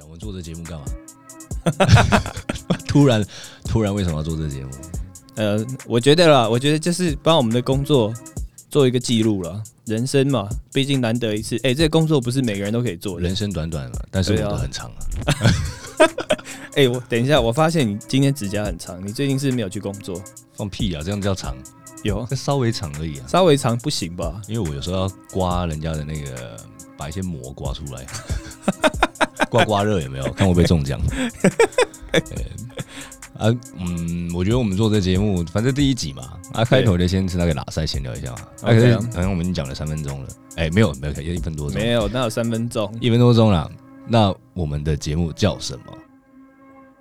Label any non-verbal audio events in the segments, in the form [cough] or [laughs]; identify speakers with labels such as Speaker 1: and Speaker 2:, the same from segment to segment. Speaker 1: 啊做这节目干嘛？ [laughs] 突然，突然为什么要做这节目？
Speaker 2: 呃，我觉得啦，我觉得就是帮我们的工作做一个记录了。人生嘛，毕竟难得一次。哎、这个工作不是每个人都可以做的。
Speaker 1: 人生短短了，但是我
Speaker 2: 对啊
Speaker 1: 都很长了。
Speaker 2: 哎、我等一下，我发现你今天指甲很长，你最近是没有去工作？
Speaker 1: 放屁啊！这样叫长？
Speaker 2: 有
Speaker 1: 这稍微长而已啊。
Speaker 2: 稍微长不行吧？
Speaker 1: 因为我有时候要刮人家的那个，把一些膜刮出来， [laughs] 刮刮乐有没有？看我被中
Speaker 2: [laughs]
Speaker 1: 奖。呃啊，嗯，我觉得我们做这节目，反正第一集嘛，啊，开头就先吃那个拉塞，闲聊一下嘛。啊，可
Speaker 2: OK
Speaker 1: 是
Speaker 2: 啊
Speaker 1: 可能我们已经讲了三分钟了，哎、没有没有，一分多钟，
Speaker 2: 没有，那有三分钟。
Speaker 1: 一分多钟啦。那我们的节目叫什么？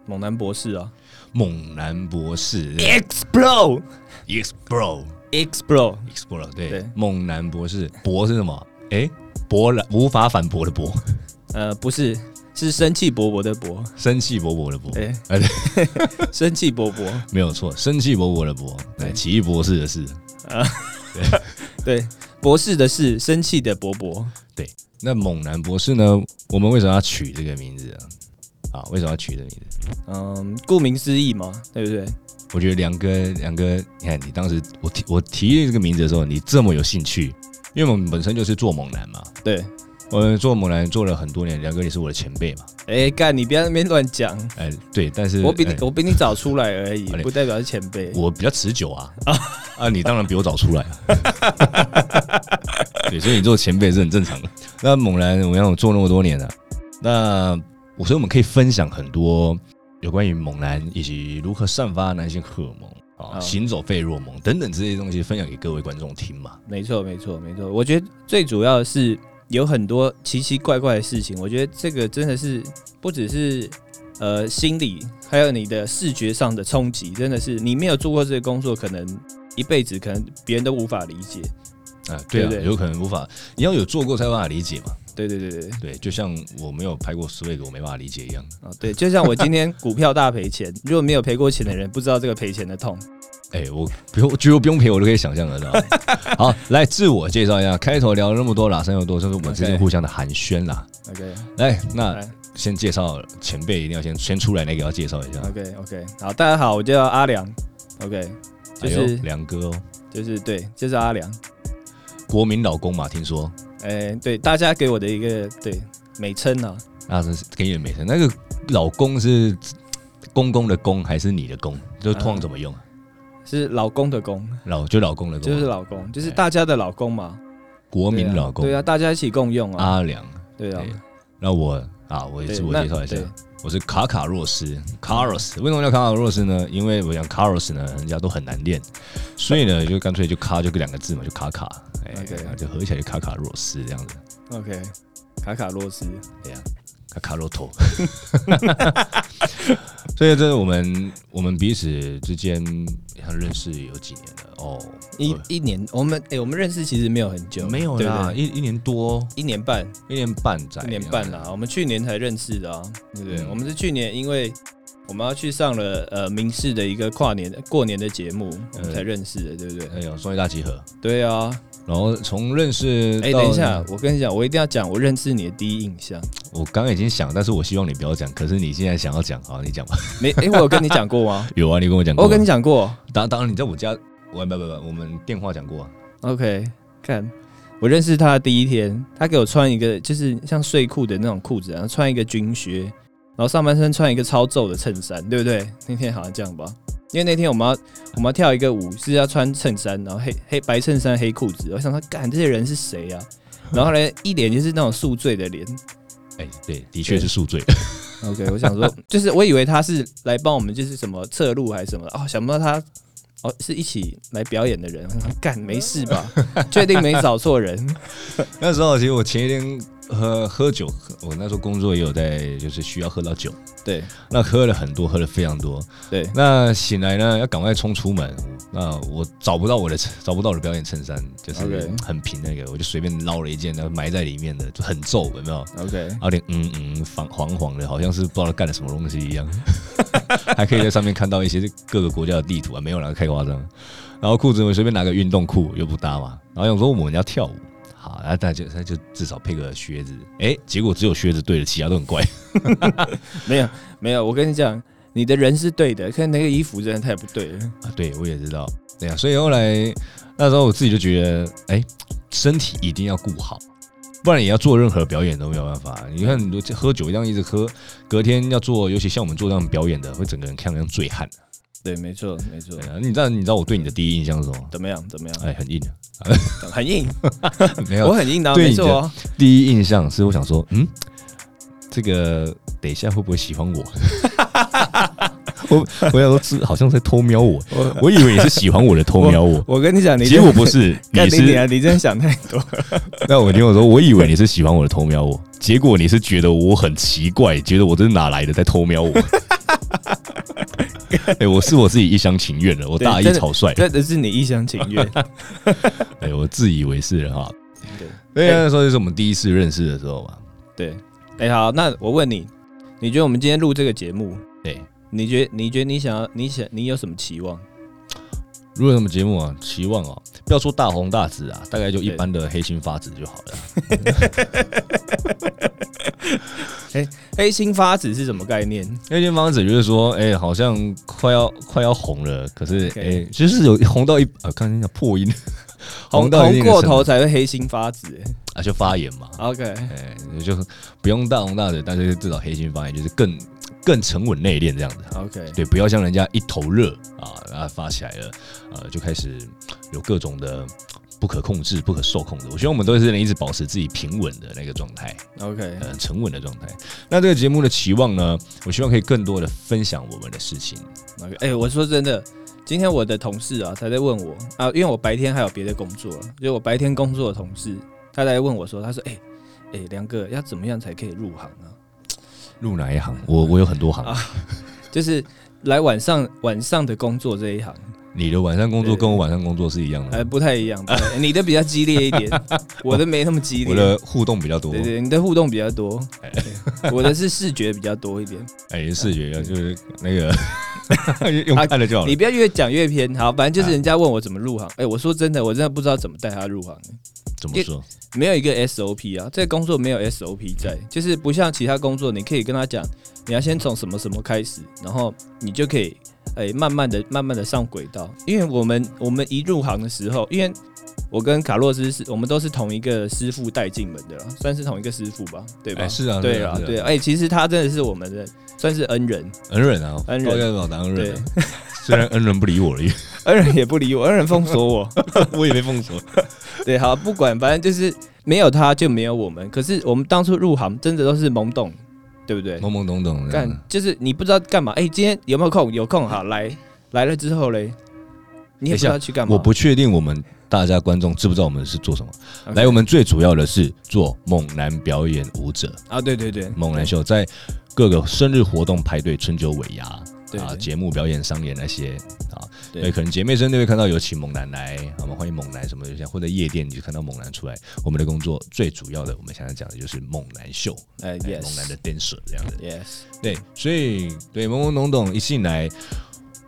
Speaker 2: 猛男博士啊
Speaker 1: 猛男博士
Speaker 2: ，Explode
Speaker 1: ，Yes Bro。
Speaker 2: Explode，
Speaker 1: Explore 对，
Speaker 2: 对
Speaker 1: 猛男博士，博是什么？哎、博然无法反驳的博， [laughs]
Speaker 2: 呃，不是，是生气勃勃的勃，
Speaker 1: 生气勃勃的勃，
Speaker 2: 哎、
Speaker 1: 哎对
Speaker 2: [laughs] 生气勃勃，
Speaker 1: 没有错，生气勃勃的勃，对，
Speaker 2: 对
Speaker 1: 奇异博士的士。
Speaker 2: 对，博士的是生气的勃勃，
Speaker 1: 那猛男博士呢？我们为什么要取这个名字啊？啊，为什么要取这个名字？
Speaker 2: 嗯，顾名思义嘛，对不对？
Speaker 1: 我觉得梁哥，梁哥，你看你当时我提我提这个名字的时候，你这么有兴趣，因为我们本身就是做猛男嘛，
Speaker 2: 对，
Speaker 1: 我们做猛男做了很多年，梁哥你是我的前辈嘛，
Speaker 2: 哎、干，你不要在那边乱讲，
Speaker 1: 哎、对，但是
Speaker 2: 我比你、
Speaker 1: 哎
Speaker 2: 我比你早出来而已
Speaker 1: 好，嘞
Speaker 2: 不代表是前辈。
Speaker 1: 我比较持久啊，啊，你当然比我早出来啊。 [laughs] 对，所以你做前辈是很正常的。那猛然，我让我做那么多年了、那我所以我们可以分享很多有关于猛男以及如何散发男性荷尔蒙啊、
Speaker 2: 好
Speaker 1: 行走费洛蒙等等这些东西，分享给各位观众听嘛。
Speaker 2: 没错，没错，没错。我觉得最主要的是有很多奇奇怪怪的事情，我觉得这个真的是不只是呃心理，还有你的视觉上的冲击，真的是你没有做过这个工作，可能一辈子可能别人都无法理解。
Speaker 1: 啊，对啊，
Speaker 2: 对对
Speaker 1: 有可能无法，你要有做过才有办法理解嘛。
Speaker 2: 对对对对对
Speaker 1: 对，就像我没有拍过 swag，我没办法理解一样。
Speaker 2: 啊，对，就像我
Speaker 1: [laughs]
Speaker 2: 今天股票大赔钱，如果没有赔过钱的人，不知道这个赔钱的痛。
Speaker 1: 哎、我不用，几乎不用陪我都可以想象得
Speaker 2: [laughs]
Speaker 1: 到。好，来自我介绍一下，开头聊了那么多啦，三有多，就是我们之间
Speaker 2: OK
Speaker 1: 互相的寒暄啦。
Speaker 2: OK
Speaker 1: 来，那
Speaker 2: 来
Speaker 1: 先介绍前辈，一定要先先出来那个要介绍一下，
Speaker 2: OK OK，好，大家好，我叫阿良。OK，就
Speaker 1: 哎
Speaker 2: 是
Speaker 1: 呦、梁哥哦，
Speaker 2: 就是对，就是阿良。
Speaker 1: 国民老公嘛，听说
Speaker 2: 哎、对，大家给我的一个对美称啊，
Speaker 1: 那是给你的美称，那个老公是公公的公还是你的公？就通常怎么用啊？
Speaker 2: 是老公的公，
Speaker 1: 老就老公的公啊，
Speaker 2: 就是老公，就是大家的老公嘛。
Speaker 1: 国
Speaker 2: 对
Speaker 1: 民
Speaker 2: 啊
Speaker 1: 老公，
Speaker 2: 对啊，大家一起共用啊。
Speaker 1: 阿良。
Speaker 2: 对啊，
Speaker 1: 对那我啊，我也
Speaker 2: 对
Speaker 1: 自我
Speaker 2: 那
Speaker 1: 介绍一下
Speaker 2: 对，
Speaker 1: 我是卡卡洛斯 （Caros）。为什么叫卡卡洛斯呢？因为我讲 Caros 呢，人家都很难念，所以呢，就干脆就卡就两个字嘛，就卡卡，哎、
Speaker 2: OK
Speaker 1: 然后就合起来就卡卡洛斯这样子。
Speaker 2: OK，卡卡洛斯，
Speaker 1: 对呀、卡卡洛头。 [laughs] 所以这是我们我们彼此之间像认识有几年了哦，
Speaker 2: 一一年，我们哎、我们认识其实没有很久，
Speaker 1: 没有
Speaker 2: 对
Speaker 1: 啦，
Speaker 2: 不对
Speaker 1: 一一年多，
Speaker 2: 一年半，
Speaker 1: 一年半载，
Speaker 2: 一年半啦，我们去年才认识的啊，对不对？
Speaker 1: 嗯
Speaker 2: 我们是去年因为。我们要去上了呃明视的一个跨年过年的节目，我们才
Speaker 1: 嗯
Speaker 2: 认识的，对不对？
Speaker 1: 哎呦，终于大集合。
Speaker 2: 对啊，
Speaker 1: 然后从认识
Speaker 2: 哎、
Speaker 1: 到
Speaker 2: 等一下，我跟你讲，我一定要讲我认识你的第一印象。
Speaker 1: 我刚刚已经想，但是我希望你不要讲。可是你现在想要讲，好，你讲吧。 [laughs]
Speaker 2: 没哎、我有跟你讲过吗？
Speaker 1: 有啊，你跟我讲过。
Speaker 2: 我跟你讲过
Speaker 1: 当当然你在我家，我不不不，我们电话讲过啊。
Speaker 2: ，OK，看我认识他的第一天，他给我穿一个就是像睡裤的那种裤子，然后穿一个军靴，然后上半身穿一个超皱的衬衫，对不对？ [laughs] 那天好像这样吧，因为那天我们要我们要跳一个舞，是要穿衬衫，然后黑黑白衬衫黑裤子，我想说，干这些人是谁呀、然后呢，一脸就是那种宿醉的脸。
Speaker 1: 哎、对，的确是宿醉。
Speaker 2: [laughs] OK，我想说， [laughs] 就是我以为他是来帮我们，就是什么侧录还是什么的哦，想不到他哦是一起来表演的人，我 [laughs] 想说干没事吧？ [laughs] 确定没找错人？ [laughs]
Speaker 1: 那时候其实我前一天喝喝酒，喝我那时候工作也有在，就是需要喝到酒。
Speaker 2: 对
Speaker 1: 那喝了很多，喝了非常多。
Speaker 2: 对，
Speaker 1: 那醒来呢，要赶快冲出门。那我找不到我的 [laughs] 找不到我的表演衬衫，就是
Speaker 2: OK
Speaker 1: 很平那个，我就随便捞了一件，然后埋在里面的，就很皱，有没有？
Speaker 2: [laughs] OK，
Speaker 1: 有点嗯嗯黄黄黄的，好像是不知道干了什么东西一样， [laughs] 还可以在上面看到一些各个国家的地图啊，没有哪个太夸张。然后裤子我随便拿个运动裤又不搭嘛，然后想说我们要跳舞，好，然后大家就他就至少配个靴子，哎、结果只有靴子对了，其他都很怪。 [laughs]
Speaker 2: 没有没有，我跟你讲，你的人是对的，可是那个衣服真的太不对了。
Speaker 1: 啊，对我也知道，对呀、所以后来哎那时候我自己就觉得，哎、身体一定要顾好，不然也要做任何表演都没有办法。你看，你就喝酒这样一直喝，隔天要做，尤其像我们做这样表演的，会整个人看得像醉汉。
Speaker 2: 对，没错没错
Speaker 1: 对。啊，你知道你知道我对你的第一印象是什么？
Speaker 2: 怎么样？怎么样？
Speaker 1: 哎， [laughs] 很硬的，
Speaker 2: 很硬，
Speaker 1: 没
Speaker 2: 我很硬的啊，
Speaker 1: 对
Speaker 2: 没
Speaker 1: 你的
Speaker 2: 错啊。
Speaker 1: 第一印象是我想说，嗯，这个等一下会不会喜欢 [laughs] 我？我我想说，是好像在偷瞄我，
Speaker 2: 我
Speaker 1: 我以为你是喜欢我的偷瞄 [laughs] 我，
Speaker 2: 我跟你讲，你
Speaker 1: 结果不是，
Speaker 2: 干
Speaker 1: 你
Speaker 2: 你
Speaker 1: 是
Speaker 2: 啊，你真的想太多。
Speaker 1: 那我听我说，我以为你是喜欢我的偷瞄我，结果你是觉得我很奇怪，觉得我这是哪来的在偷瞄 [laughs] 我？哎、我是我自己一厢情愿的，我
Speaker 2: 对
Speaker 1: 大一
Speaker 2: [laughs] 真的
Speaker 1: 草率，
Speaker 2: 这只是你一厢情愿。
Speaker 1: 哎、我自以为是了哈。
Speaker 2: 对
Speaker 1: 对啊，那时候就是我们第一次认识的时候嘛。
Speaker 2: 对，哎、好，那我问你，你觉得我们今天录这个节目，
Speaker 1: 对，
Speaker 2: 你觉得你觉得你想要你想你有什么期望？
Speaker 1: 如果有什么节目啊，期望啊，不要说大红大紫啊，大概就一般的黑心发紫就好了。
Speaker 2: 黑心发紫是什么概
Speaker 1: [laughs]
Speaker 2: 念？
Speaker 1: 黑心发紫就是说，哎、好像快要快要红了，可是哎、
Speaker 2: OK
Speaker 1: 就是有红到一呃，刚才讲破音，
Speaker 2: 红
Speaker 1: 到一
Speaker 2: 红
Speaker 1: 定的
Speaker 2: 过
Speaker 1: 程度
Speaker 2: 头才会黑心发紫。
Speaker 1: 啊，就发炎嘛。
Speaker 2: OK，
Speaker 1: 哎，就不用大红大紫，但是至少黑心发言就是更更沉稳内敛这样子。
Speaker 2: OK，
Speaker 1: 对，不要像人家一头热啊，啊发起来了，呃，就开始有各种的不可控制、不可受控的。我希望我们都是能一直保持自己平稳的那个状态，
Speaker 2: OK，
Speaker 1: 呃，沉稳的状态。那这个节目的期望呢，我希望可以更多的分享我们的事情。
Speaker 2: OK，哎、我说真的，今天我的同事啊，他在问我啊，因为我白天还有别的工作、啊，就我白天工作的同事，他来问我说，他说，哎、哎、梁哥，要怎么样才可以入行啊？
Speaker 1: 入哪一行？我我有很多行
Speaker 2: 啊，就是来晚上晚上的工作这一行，
Speaker 1: 你的晚上工作
Speaker 2: 对
Speaker 1: 跟我晚上工作是一样
Speaker 2: 呃，
Speaker 1: 的，
Speaker 2: 不太一样，不太你的比较激烈一
Speaker 1: [laughs]
Speaker 2: 点，我的没那么激
Speaker 1: 我
Speaker 2: 烈。
Speaker 1: 的哎互动比较多
Speaker 2: 对，对，你的互动比较多，对我的是视觉比较多一点。
Speaker 1: 哎，
Speaker 2: 啊
Speaker 1: 视觉就是那个
Speaker 2: [laughs]
Speaker 1: 用看的就好了
Speaker 2: 你。不要越讲越偏，好，反正就
Speaker 1: 啊
Speaker 2: 是人家问我怎么入行，哎，我说真的，我真的不知道怎么带他入行。
Speaker 1: 怎么说？
Speaker 2: 没有一个 SOP 啊，这个工作没有 SOP 在，就是不像其他工作，你可以跟他讲，你要先从什么什么开始，然后你就可以，哎、慢慢的、慢慢的上轨道。因为我们我们一入行的时候，因为我跟卡洛斯是我们都是同一个师傅带进门的啦，算是同一个师傅吧，对吧？
Speaker 1: 哎是啊
Speaker 2: 对
Speaker 1: 是啊
Speaker 2: 啦，
Speaker 1: 是啊
Speaker 2: 对，哎、其实他真的是我们的算是恩人，
Speaker 1: 恩人啊，
Speaker 2: 恩人
Speaker 1: 不知道该怎么打恩人啊。虽然恩人不理我了，因为
Speaker 2: 恩人也不理我，恩人封锁我，
Speaker 1: [laughs] 我也被封锁。
Speaker 2: [laughs] 对，好，不管，反正就是没有他就没有我们。可是我们当初入行真的都是懵懂，对不对？
Speaker 1: 懵懵懂啊嗯懂
Speaker 2: 干
Speaker 1: 的，
Speaker 2: 就是你不知道干嘛。哎、今天有没有空？有空好来来了之后嘞，你也不知道去干
Speaker 1: 哎
Speaker 2: 嘛。
Speaker 1: 我不确定我们大家观众知不知道我们是做什么。
Speaker 2: OK
Speaker 1: 来，我们最主要的是做猛男表演舞者，
Speaker 2: 啊，对对对，
Speaker 1: 猛男秀在各个生日活动排队、春酒尾牙
Speaker 2: 对
Speaker 1: 啊、
Speaker 2: 对
Speaker 1: 节目表演、商演那些啊，
Speaker 2: 对
Speaker 1: 对，可能姐妹生就会看到有请猛男来，啊我们欢迎猛男什么的，像或者夜店你就看到猛男出来。我们的工作最主要的，我们想要讲的就是猛男秀，
Speaker 2: 哎、
Speaker 1: 哎
Speaker 2: y e
Speaker 1: 猛男
Speaker 2: s
Speaker 1: 的 dancer 这样子。
Speaker 2: yes，
Speaker 1: 对，所以对懵懵懂懂一进来，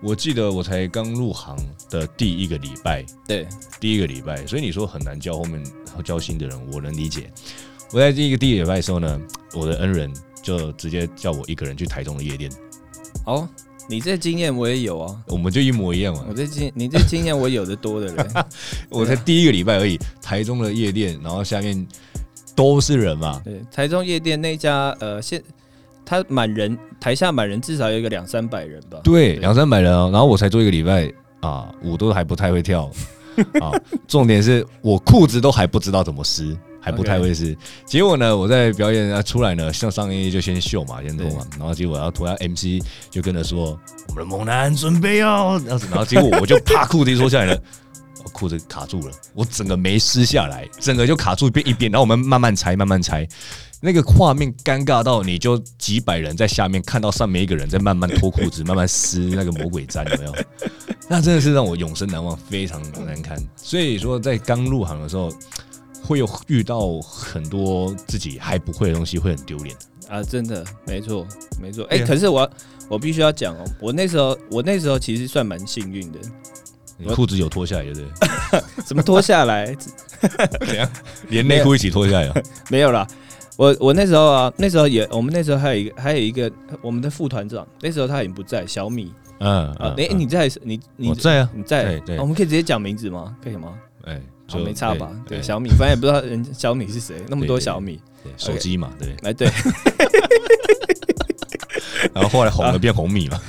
Speaker 1: 我记得我才刚入行的第一个礼拜，
Speaker 2: 对
Speaker 1: 第一个礼拜，所以你说很难教后面教新的人，我能理解。我在第一个第一个礼拜的时候呢，我的恩人就直接叫我一个人去台中的夜店，
Speaker 2: 哦，你这经验我也有啊，
Speaker 1: 我们就一模一样
Speaker 2: 我
Speaker 1: 嘛。
Speaker 2: 这经你这经验我有的多的嘞，
Speaker 1: [laughs] 我才第一个礼拜而已，台中的夜店，然后下面都是人嘛，
Speaker 2: 对，台中夜店那家呃现。他满人台下满人至少有一个两三百人吧，
Speaker 1: 对，两三百人哦。然后我才做一个礼拜啊，舞都还不太会跳啊。重点是我裤子都还不知道怎么撕，还不太会撕。结果呢，我在表演啊出来呢，像上一就先秀嘛，先脱嘛，然后结果要脱，要 MC 就跟着说我们的猛男准备哦，这样子。然后结果我就啪裤子一脱下来了。 [laughs] 裤子卡住了，我整个没撕下来，整个就卡住变一边，然后我们慢慢拆，慢慢拆，那个画面尴尬到你就几百人在下面看到上面一个人在慢慢脱裤子，慢慢撕那个魔鬼毡，有没有？那真的是让我永生难忘，非常难堪。所以说，在刚入行的时候，会有遇到很多自己还不会的东西，会很丢脸。
Speaker 2: 啊，真的，没错，没错。哎、
Speaker 1: 对啊
Speaker 2: 可是我我必须要讲哦，我那时候我那时候其实算蛮幸运的，
Speaker 1: 你裤子有脱下来，对
Speaker 2: [laughs]
Speaker 1: 不对？
Speaker 2: 怎么脱下来？ [laughs]
Speaker 1: 怎样？连内裤一起脱下来啊？
Speaker 2: 没有啦，我我那时候啊，那时候也我们那时候还有一个还有一个我们的副团长，那时候他已经不在，小米
Speaker 1: 嗯，
Speaker 2: 啊，
Speaker 1: 嗯
Speaker 2: 哎、
Speaker 1: 嗯
Speaker 2: 你在你你
Speaker 1: 我在啊，
Speaker 2: 你在
Speaker 1: 对对
Speaker 2: 哦我们可以直接讲名字吗？可以吗？
Speaker 1: 哎，
Speaker 2: 好，啊没差吧？对，
Speaker 1: 哎
Speaker 2: 小米，反正也不知道人家小米是谁，那么
Speaker 1: 对
Speaker 2: 多
Speaker 1: 对
Speaker 2: 小米，
Speaker 1: 对手机嘛，对，
Speaker 2: 哎，对，
Speaker 1: 然后后来红了变红
Speaker 2: [laughs]
Speaker 1: 米嘛，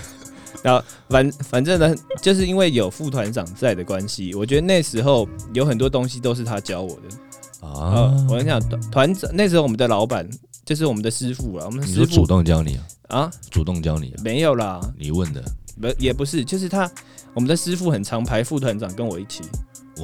Speaker 2: 然后反反正呢，就是因为有副团长在的关系，我觉得那时候有很多东西都是他教我的。
Speaker 1: 啊
Speaker 2: 啊，，我跟你讲，团团长那时候我们的老板就是我们的师傅啊了，我们的
Speaker 1: 你
Speaker 2: 师
Speaker 1: 说主
Speaker 2: 傅
Speaker 1: 动教你啊，
Speaker 2: 啊，
Speaker 1: 主动教你啊，
Speaker 2: 没有啦，
Speaker 1: 你问的，
Speaker 2: 不也不是，就是他，我们的师傅很常排副团长跟我一起，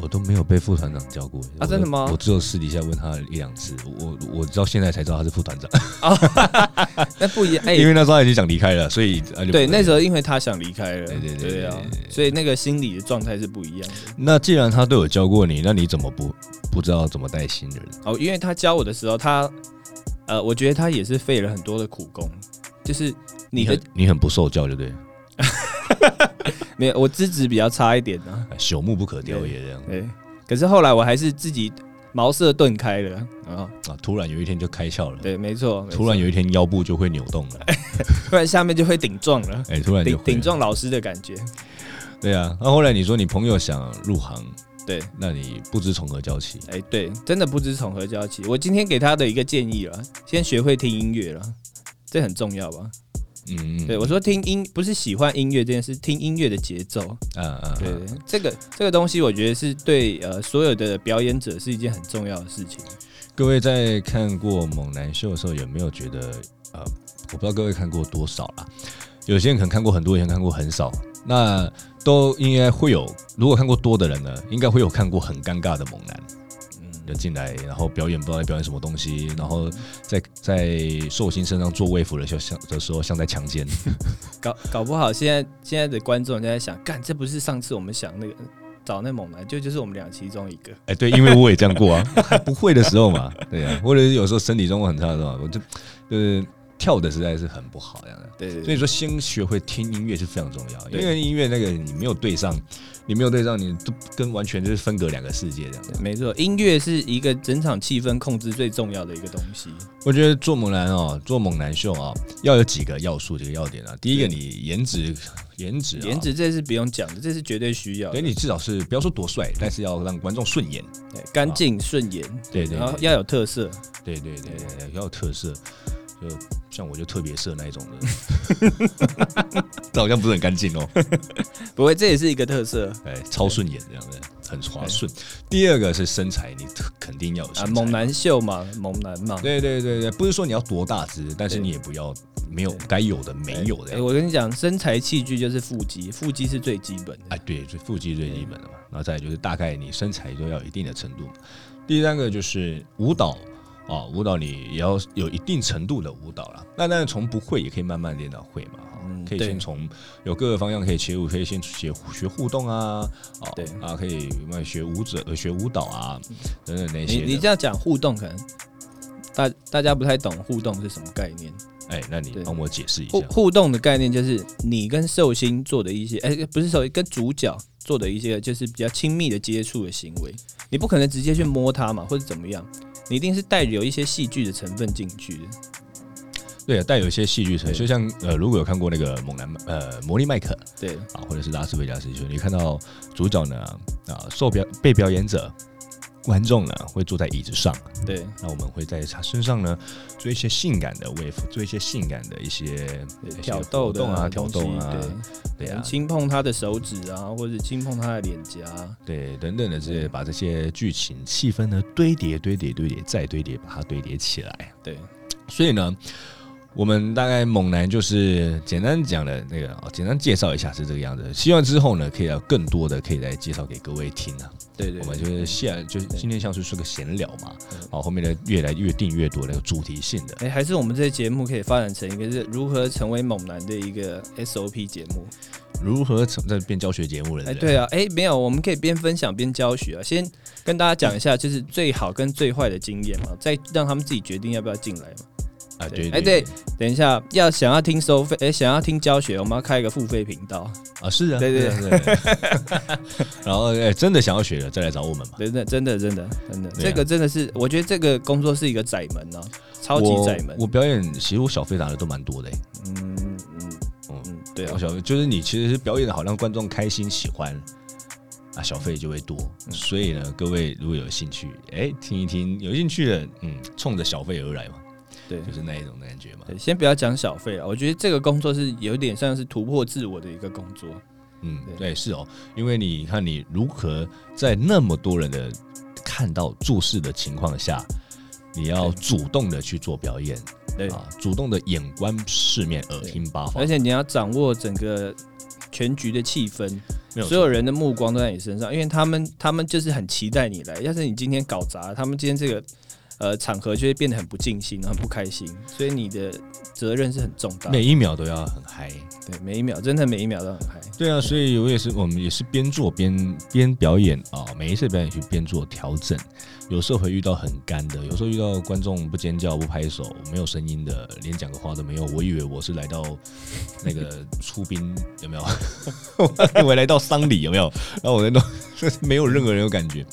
Speaker 1: 我都没有被副团长教过我
Speaker 2: 啊真的吗
Speaker 1: 我只有私底下问他一两次，我我我到现在才知道他是副团长，
Speaker 2: 哎那不一样，哎、
Speaker 1: [laughs] 因为那时候他已经想离开了，所以啊就
Speaker 2: 对，那时
Speaker 1: 候。
Speaker 2: 候因为他想离开了，
Speaker 1: 对对对
Speaker 2: 对啊
Speaker 1: 对对，
Speaker 2: 所以那个心理的状态是不一样的。
Speaker 1: 那既然他都有教过你，那你怎么不不知道怎么带新人？
Speaker 2: 哦，因为他教我的时候，他呃，我觉得他也是费了很多的苦功，就是你的
Speaker 1: 很你很不受教，对不对？
Speaker 2: 没有，我资质比较差一点啊，
Speaker 1: 哎朽木不可雕也这样
Speaker 2: 对，可是后来我还是自己茅塞顿开了啊，
Speaker 1: 啊！突然有一天就开窍了，
Speaker 2: 对，没错，没错
Speaker 1: 突然有一天腰部就会扭动
Speaker 2: [laughs]
Speaker 1: 了，
Speaker 2: 突然下面就会顶撞了，
Speaker 1: 哎，突然就
Speaker 2: 顶
Speaker 1: 会
Speaker 2: 顶。撞老师的感觉，
Speaker 1: 对啊，那后来你说你朋友想入行，
Speaker 2: 对，
Speaker 1: 那你不知从何教起。
Speaker 2: 哎、对，真的不知从何教起。我今天给他的一个建议了，先学会听音乐了，这很重要吧？
Speaker 1: 嗯，
Speaker 2: 对，我说听音不是喜欢音乐这件事，听音乐的节奏。
Speaker 1: 啊啊，
Speaker 2: 对，
Speaker 1: 啊
Speaker 2: 对这个这个东西，我觉得是对呃所有的表演者是一件很重要的事情。
Speaker 1: 各位在看过猛男秀的时候，有没有觉得呃，我不知道各位看过多少啦？有些人可能看过很多，有些人看过很少。那都应该会有，如果看过多的人呢，应该会有看过很尴尬的猛男，就
Speaker 2: 嗯，
Speaker 1: 进来，然后表演不知道在表演什么东西，然后在在寿星身上做卫服的时候，像的时候像在强奸。
Speaker 2: 搞搞不好现在现在的观众就在想，干，这不是上次我们想那个找那猛男，就就是我们俩其中一个。
Speaker 1: [laughs] 哎、对，因为我也这样过啊，还 [laughs] 不会的时候嘛，对啊，或者是有时候身体状况很差的时候，我就就是跳的实在是很不好这样的。
Speaker 2: 对对
Speaker 1: 所
Speaker 2: 对
Speaker 1: 以说，先学会听音乐是非常重要，
Speaker 2: 对
Speaker 1: 因为音乐那个你没有对上，你没有对上，你就跟完全就是分隔两个世界这样子。
Speaker 2: 没错，音乐是一个整场气氛控制最重要的一个东西。
Speaker 1: 我觉得做猛男哦，做猛男秀啊、要有几个要素，几个要点啊。第一个，
Speaker 2: 对
Speaker 1: 你颜值，颜值、啊
Speaker 2: 颜，值这是不用讲的，这是绝对需要的。
Speaker 1: 对你至少是不要说多帅，但是要让观众顺眼。
Speaker 2: 对干净顺眼，
Speaker 1: 对对
Speaker 2: 然后
Speaker 1: 对
Speaker 2: 要有特色。
Speaker 1: 对对对对对，要有特色。就像我就特别色那一种的，
Speaker 2: [laughs]
Speaker 1: 这好像不是很干净哦。
Speaker 2: 不会，这也是一个特色
Speaker 1: 哎，超顺眼这样的，很滑顺。第二个是身材，你特肯定要有身
Speaker 2: 啊，
Speaker 1: 材。
Speaker 2: 猛男秀嘛，猛男嘛。
Speaker 1: 对对对对，不是说你要多大只，但是
Speaker 2: 对
Speaker 1: 你也不要没有该有的没有
Speaker 2: 哎
Speaker 1: 的。
Speaker 2: 我跟你讲，身材器具就是腹肌，腹肌是最基本的。
Speaker 1: 哎，对，最腹肌最基本的嘛。然后再来就是大概你身材都要有一定的程度嘛。第三个就是舞蹈啊、舞蹈你也要有一定程度的舞蹈啦。那当然从不会也可以慢慢练到会嘛。哈
Speaker 2: 嗯
Speaker 1: 可以
Speaker 2: 对
Speaker 1: 先从有各个方向可以切入，可以先学学互动啊，啊
Speaker 2: 对
Speaker 1: 啊，可以慢慢学舞者、呃学舞蹈啊等等那
Speaker 2: 你
Speaker 1: 些的。
Speaker 2: 你这样讲互动，可能大大家不太懂互动是什么概念。
Speaker 1: 哎，那你
Speaker 2: 对
Speaker 1: 帮我解释一下
Speaker 2: 互。互动的概念就是你跟寿星做的一些，哎、不是寿星，跟主角做的一些就是比较亲密的接触的行为。你不可能直接去摸他嘛，或者怎么样，你一定是带有一些戏剧的成分进去的。
Speaker 1: 对啊，带有一些戏剧成分，
Speaker 2: 对
Speaker 1: 就像呃，如果有看过那个猛男呃魔力麦克
Speaker 2: 对，
Speaker 1: 啊，或者是拉斯维加斯秀，你看到主角呢啊受表被表演者观众呢会坐在椅子上，
Speaker 2: 对，
Speaker 1: 那我们会在他身上呢做一些性感的 wave，做一些性感的一些
Speaker 2: 对
Speaker 1: 一些
Speaker 2: 挑逗
Speaker 1: 活
Speaker 2: 的
Speaker 1: 动啊，挑
Speaker 2: 东西
Speaker 1: 逗啊，对
Speaker 2: 对，可
Speaker 1: 啊
Speaker 2: 能，轻碰他的手指啊，或者轻碰他的脸颊啊，
Speaker 1: 对等等的这些，把这些剧情气氛呢堆叠堆叠堆叠再堆叠，把它堆叠起来。
Speaker 2: 对，
Speaker 1: 所以呢，我们大概猛男就是简单讲的那个，哦简单介绍一下是这个样子。希望之后呢，可以有更多的可以来介绍给各位听啊。
Speaker 2: 对对，
Speaker 1: 我们就是下就是今天像是说个闲聊嘛
Speaker 2: 嗯，
Speaker 1: 好，后面的越来越定越多那个主题性的。
Speaker 2: 哎、还是我们这节目可以发展成一个是如何成为猛男的一个 SOP 节目。
Speaker 1: 如何从这变教学节目了？
Speaker 2: 哎，
Speaker 1: 不
Speaker 2: 对啊，哎，没有，我们可以边分享边教学啊。先跟大家讲一下，就是最好跟最坏的经验嘛，再让他们自己决定要不要进来嘛。
Speaker 1: 啊，对，
Speaker 2: 哎对，等一下要想要听收费，哎、想要听教学，我们要开一个付费频道，
Speaker 1: 啊，是啊，
Speaker 2: 对对
Speaker 1: 是啊，是啊 [laughs] 然后哎，真的想要学的再来找我们吧。
Speaker 2: 真的真的真的真的，
Speaker 1: 对啊
Speaker 2: 这个真的是，我觉得这个工作是一个窄门啊，超级窄门
Speaker 1: 我。我。表演，其实我小费拿的都蛮多的、欸。
Speaker 2: 嗯嗯嗯，对啊
Speaker 1: 我，小费就是你其实是表演的好，让观众开心喜欢，啊，小费就会多。
Speaker 2: 嗯
Speaker 1: 所以呢，各位如果有兴趣，哎、听一听，有兴趣的，嗯，冲着小费而来嘛，
Speaker 2: 对
Speaker 1: 就是那一种的感觉嘛。
Speaker 2: 对，先不要讲小费啊了，我觉得这个工作是有点像是突破自我的一个工作。
Speaker 1: 嗯，
Speaker 2: 对
Speaker 1: 对，是哦，因为你看你如何在那么多人的看到注视的情况下，你要
Speaker 2: 对
Speaker 1: 主动的去做表演
Speaker 2: 对，
Speaker 1: 啊，主动的眼观四面，耳
Speaker 2: 对
Speaker 1: 听八方
Speaker 2: 而，且你要掌握整个全局的气氛，
Speaker 1: 没有
Speaker 2: 所有人的目光都在你身上，因为他们他们就是很期待你来。要是你今天搞砸了，他们今天这个呃场合就会变得很不尽兴，很不开心。所以你的责任是很重大
Speaker 1: 错，每一秒都要很嗨。
Speaker 2: 对每一秒真的每一秒都很嗨。
Speaker 1: 对啊，所以我也是，我们也是边做边边表演啊、每一次表演去边做调整，有时候会遇到很干的，有时候遇到观众不尖叫、不拍手、没有声音的，连讲个话都没有。我以为我是来到那个出殡，有没有？ [laughs] 我以为来到丧礼，有没有？然后我那种 [laughs] 没有任何人有感觉。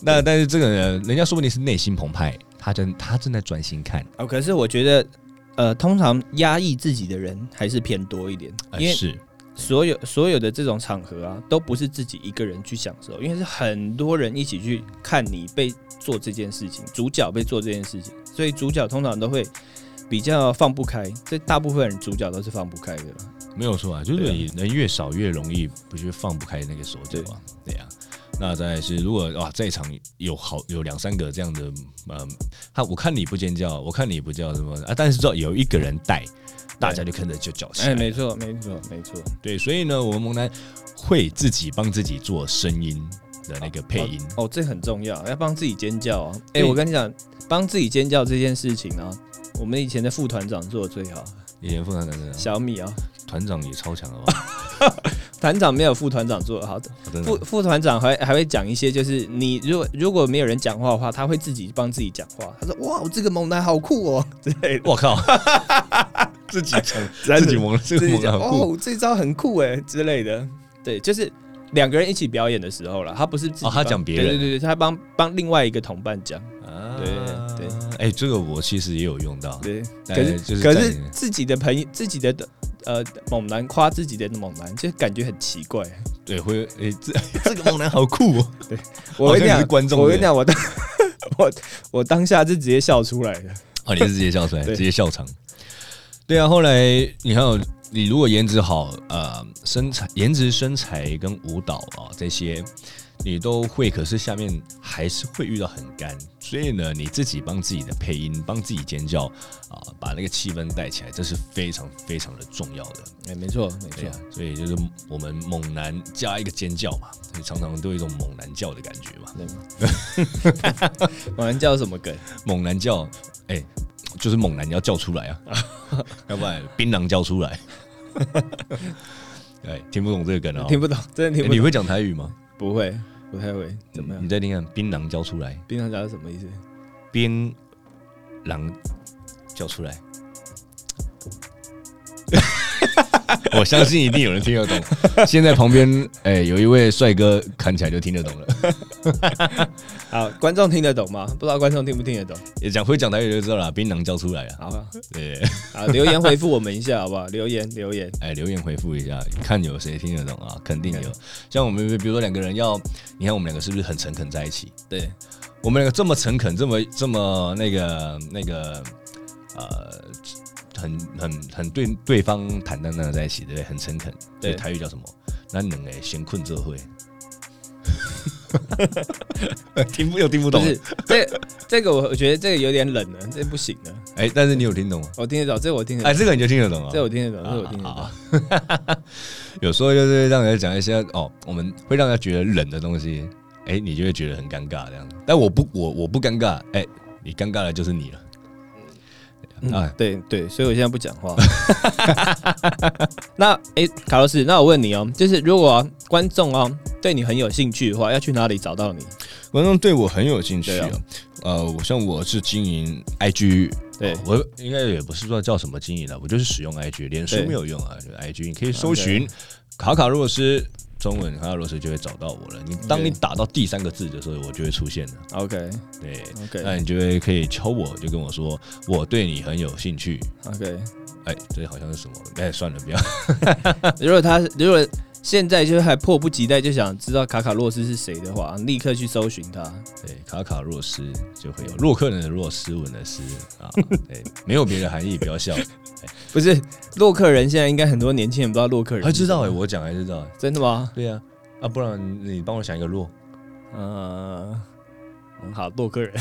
Speaker 1: 那但是这个人，人家说不定是内心澎湃，他正他正在专心看，
Speaker 2: 哦，可是我觉得呃，通常压抑自己的人还是偏多一点，
Speaker 1: 呃、
Speaker 2: 因为
Speaker 1: 是
Speaker 2: 所有所有的这种场合啊，都不是自己一个人去享受，因为是很多人一起去看你被做这件事情，主角被做这件事情，所以主角通常都会比较放不开。这大部分人主角都是放不开的啦。
Speaker 1: 没有错啊，就是
Speaker 2: 对啊
Speaker 1: 你人越少越容易不去放不开那个手脚啊，对呀、啊。那再来是，如果哇在场有好有两三个这样的，嗯，他我看你不尖叫，我看你不叫什么啊，但是知道有一个人带，大家就跟着就叫起来。
Speaker 2: 哎，没错，没错，没错。
Speaker 1: 对，所以呢，我们萌男会自己帮自己做声音的那个配音，
Speaker 2: 哦，这很重要，要帮自己尖叫啊！哎、
Speaker 1: 对
Speaker 2: 我跟你讲，帮自己尖叫这件事情啊，我们以前的副团长做的最好，
Speaker 1: 以前副团长真的
Speaker 2: 小米啊，
Speaker 1: 团长也超强了
Speaker 2: [laughs]
Speaker 1: 吧？
Speaker 2: 团长没有副团长做的好，
Speaker 1: 真
Speaker 2: 副
Speaker 1: 的，
Speaker 2: 副团长还还会讲一些，就是你如果如果没有人讲话的话，他会自己帮自己讲话。他说：“哇，我这个猛男好酷哦！”之类的，
Speaker 1: 我
Speaker 2: [laughs]
Speaker 1: 靠， [laughs] 自己讲
Speaker 2: 真的 [laughs]
Speaker 1: 自己啊萌，这
Speaker 2: 自
Speaker 1: 个
Speaker 2: 己
Speaker 1: 萌
Speaker 2: 讲
Speaker 1: 男好酷
Speaker 2: 哦，这招很酷哎之类的。对，就是两个人一起表演的时候了，他不是自己
Speaker 1: 哦他
Speaker 2: 帮
Speaker 1: 讲别人
Speaker 2: 对对对，他帮帮另外一个同伴讲。
Speaker 1: 啊
Speaker 2: 对对，
Speaker 1: 哎，这个我其实也有用到，
Speaker 2: 嗯对，
Speaker 1: 哎
Speaker 2: 可是、
Speaker 1: 就是
Speaker 2: 可
Speaker 1: 在
Speaker 2: 是自己的朋友，自己的呃猛男夸自己的猛男，就感觉很奇怪。
Speaker 1: 对，会诶、这 [laughs] 这个猛男好酷、哦，
Speaker 2: 我跟你
Speaker 1: [laughs] 好像你
Speaker 2: 讲
Speaker 1: 是，观众
Speaker 2: 我跟你讲，我当 [laughs] 我我当下是直接笑出来的。
Speaker 1: 哦，你是直接笑出来，
Speaker 2: 对
Speaker 1: 直接笑场。对啊，后来你看哦，你如果颜值好，呃，身材、颜值、身材跟舞蹈啊、这些你都会，可是下面还是会遇到很干，所以呢，你自己帮自己的配音，帮自己尖叫啊、把那个气氛带起来，这是非常非常的重要的。
Speaker 2: 哎、没错，没
Speaker 1: 对啊，所以就是我们猛男加一个尖叫嘛，所以常常都有一种猛男叫的感觉嘛。
Speaker 2: 对吗？ [laughs] 我们叫什么梗？
Speaker 1: 猛男叫，哎、就是猛男要叫出
Speaker 2: [laughs]
Speaker 1: 来啊，要不然槟榔叫出来。哎，听不懂这个梗啊、
Speaker 2: 听不懂，真的
Speaker 1: 哎
Speaker 2: 听不
Speaker 1: 你
Speaker 2: 懂。
Speaker 1: 会嗯讲台语吗？
Speaker 2: 不会，不太会。怎么
Speaker 1: 你
Speaker 2: 样？
Speaker 1: 再听看，槟榔叫出来，
Speaker 2: 槟榔夹是什么意思？
Speaker 1: 槟榔叫出来。 [laughs] 我相信一定有人听得懂。现在旁边哎、有一位帅哥，看起来就听得懂
Speaker 2: [laughs]
Speaker 1: 了。
Speaker 2: 好，观众听得懂吗？不知道观众听不听得懂？
Speaker 1: 也讲会讲台语就知道了，槟榔叫出来啊。
Speaker 2: 好吧，
Speaker 1: 对，
Speaker 2: 好，留言回复我们一下，好不好？留言留言，
Speaker 1: 哎，留言回复一下，看有谁听得懂啊？肯定有。像我们，比如说两个人要，你看我们两个是不是很诚恳在一起？
Speaker 2: 对，
Speaker 1: 我们两个这么诚恳，这么这么那个那个，呃，很很很对对方坦荡荡的在一起，对不对？很诚恳。
Speaker 2: 对
Speaker 1: 对，台语叫什么？那能哎，闲困这会。 [laughs] 听不又听不
Speaker 2: 不
Speaker 1: 懂，
Speaker 2: 是这这个，我觉得这个有点冷了，这不行了。
Speaker 1: 哎、但是你有听懂吗？
Speaker 2: 我听得懂，这我听得
Speaker 1: 哎，
Speaker 2: 懂，
Speaker 1: 这个你就听得懂啊？
Speaker 2: 这我听得懂，这我听得懂。
Speaker 1: 啊啊啊 [laughs] 有时候就是让人家讲一些哦，我们会让人家觉得冷的东西，哎、你就会觉得很尴尬这样子。但我不，我我不尴尬，哎、你尴尬的就是你了。
Speaker 2: 嗯
Speaker 1: 哎
Speaker 2: 对对，所以我现在不讲话。 [laughs] 那诶，卡洛斯，那我问你哦，就是如果、观众哦对你很有兴趣的话，要去哪里找到你？
Speaker 1: 观众对我很有兴哦
Speaker 2: 趣啊
Speaker 1: 呃，我像我是经营 IG
Speaker 2: 对
Speaker 1: 我应该也不是说叫什么经营了，我就是使用 IG，脸书
Speaker 2: 对
Speaker 1: 没有用啊，就 IG 你可以搜寻卡卡洛斯中文卡卡洛斯就会找到我了。你当你打到第三个字的时候，我就会出现的。
Speaker 2: ，OK
Speaker 1: 对，那
Speaker 2: OK
Speaker 1: 你就会可以敲我，就跟我说我对你很有兴趣。
Speaker 2: OK。
Speaker 1: 哎，这好像是什么？哎，算了，不要。 [laughs]
Speaker 2: 如果他如果现在就还迫不及待就想知道卡卡洛斯是谁的话，立刻去搜寻他。
Speaker 1: 对，卡卡洛斯就会有洛克人的洛，斯文的斯啊， [laughs] 对，没有别的含义，不要
Speaker 2: [laughs]
Speaker 1: 笑。
Speaker 2: 不是洛克人，现在应该很多年轻人不知道洛克人
Speaker 1: 还
Speaker 2: 是
Speaker 1: 知
Speaker 2: 什
Speaker 1: 道
Speaker 2: 么，
Speaker 1: 哎、我讲还知道哎、
Speaker 2: 真的吗？
Speaker 1: 对呀、啊，不然你帮我想一个洛，
Speaker 2: 嗯，嗯好，洛克人，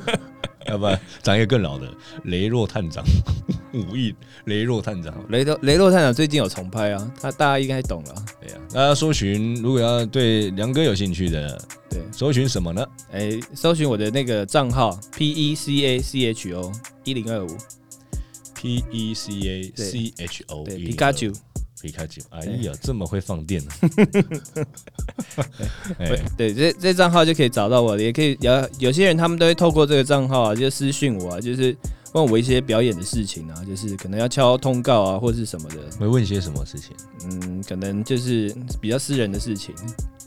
Speaker 1: [laughs] 要不然讲一个更老的雷洛探长， [laughs] 武艺雷洛探长。
Speaker 2: 雷洛雷洛探长最近有重拍啊，他大家应该懂了啊。
Speaker 1: 对呀、啊，大家搜寻，如果要对梁哥有兴趣的，
Speaker 2: 对，
Speaker 1: 搜寻什么呢？
Speaker 2: 哎、搜寻我的那个账号 P E C A C H O 一零二五，
Speaker 1: P E C A C H O，E
Speaker 2: 对皮卡丘，
Speaker 1: 皮卡丘，哎呀，这么会放 [laughs] 电呢、啊哎，
Speaker 2: 对，这这账号就可以找到我了，也可以有有些人他们都会透过这个账号啊，就私讯我啊，就是问我一些表演的事情啊，就是可能要敲通告啊，或是什么的，
Speaker 1: 会问些什么事情？
Speaker 2: 嗯，可能就是比较私人的事情。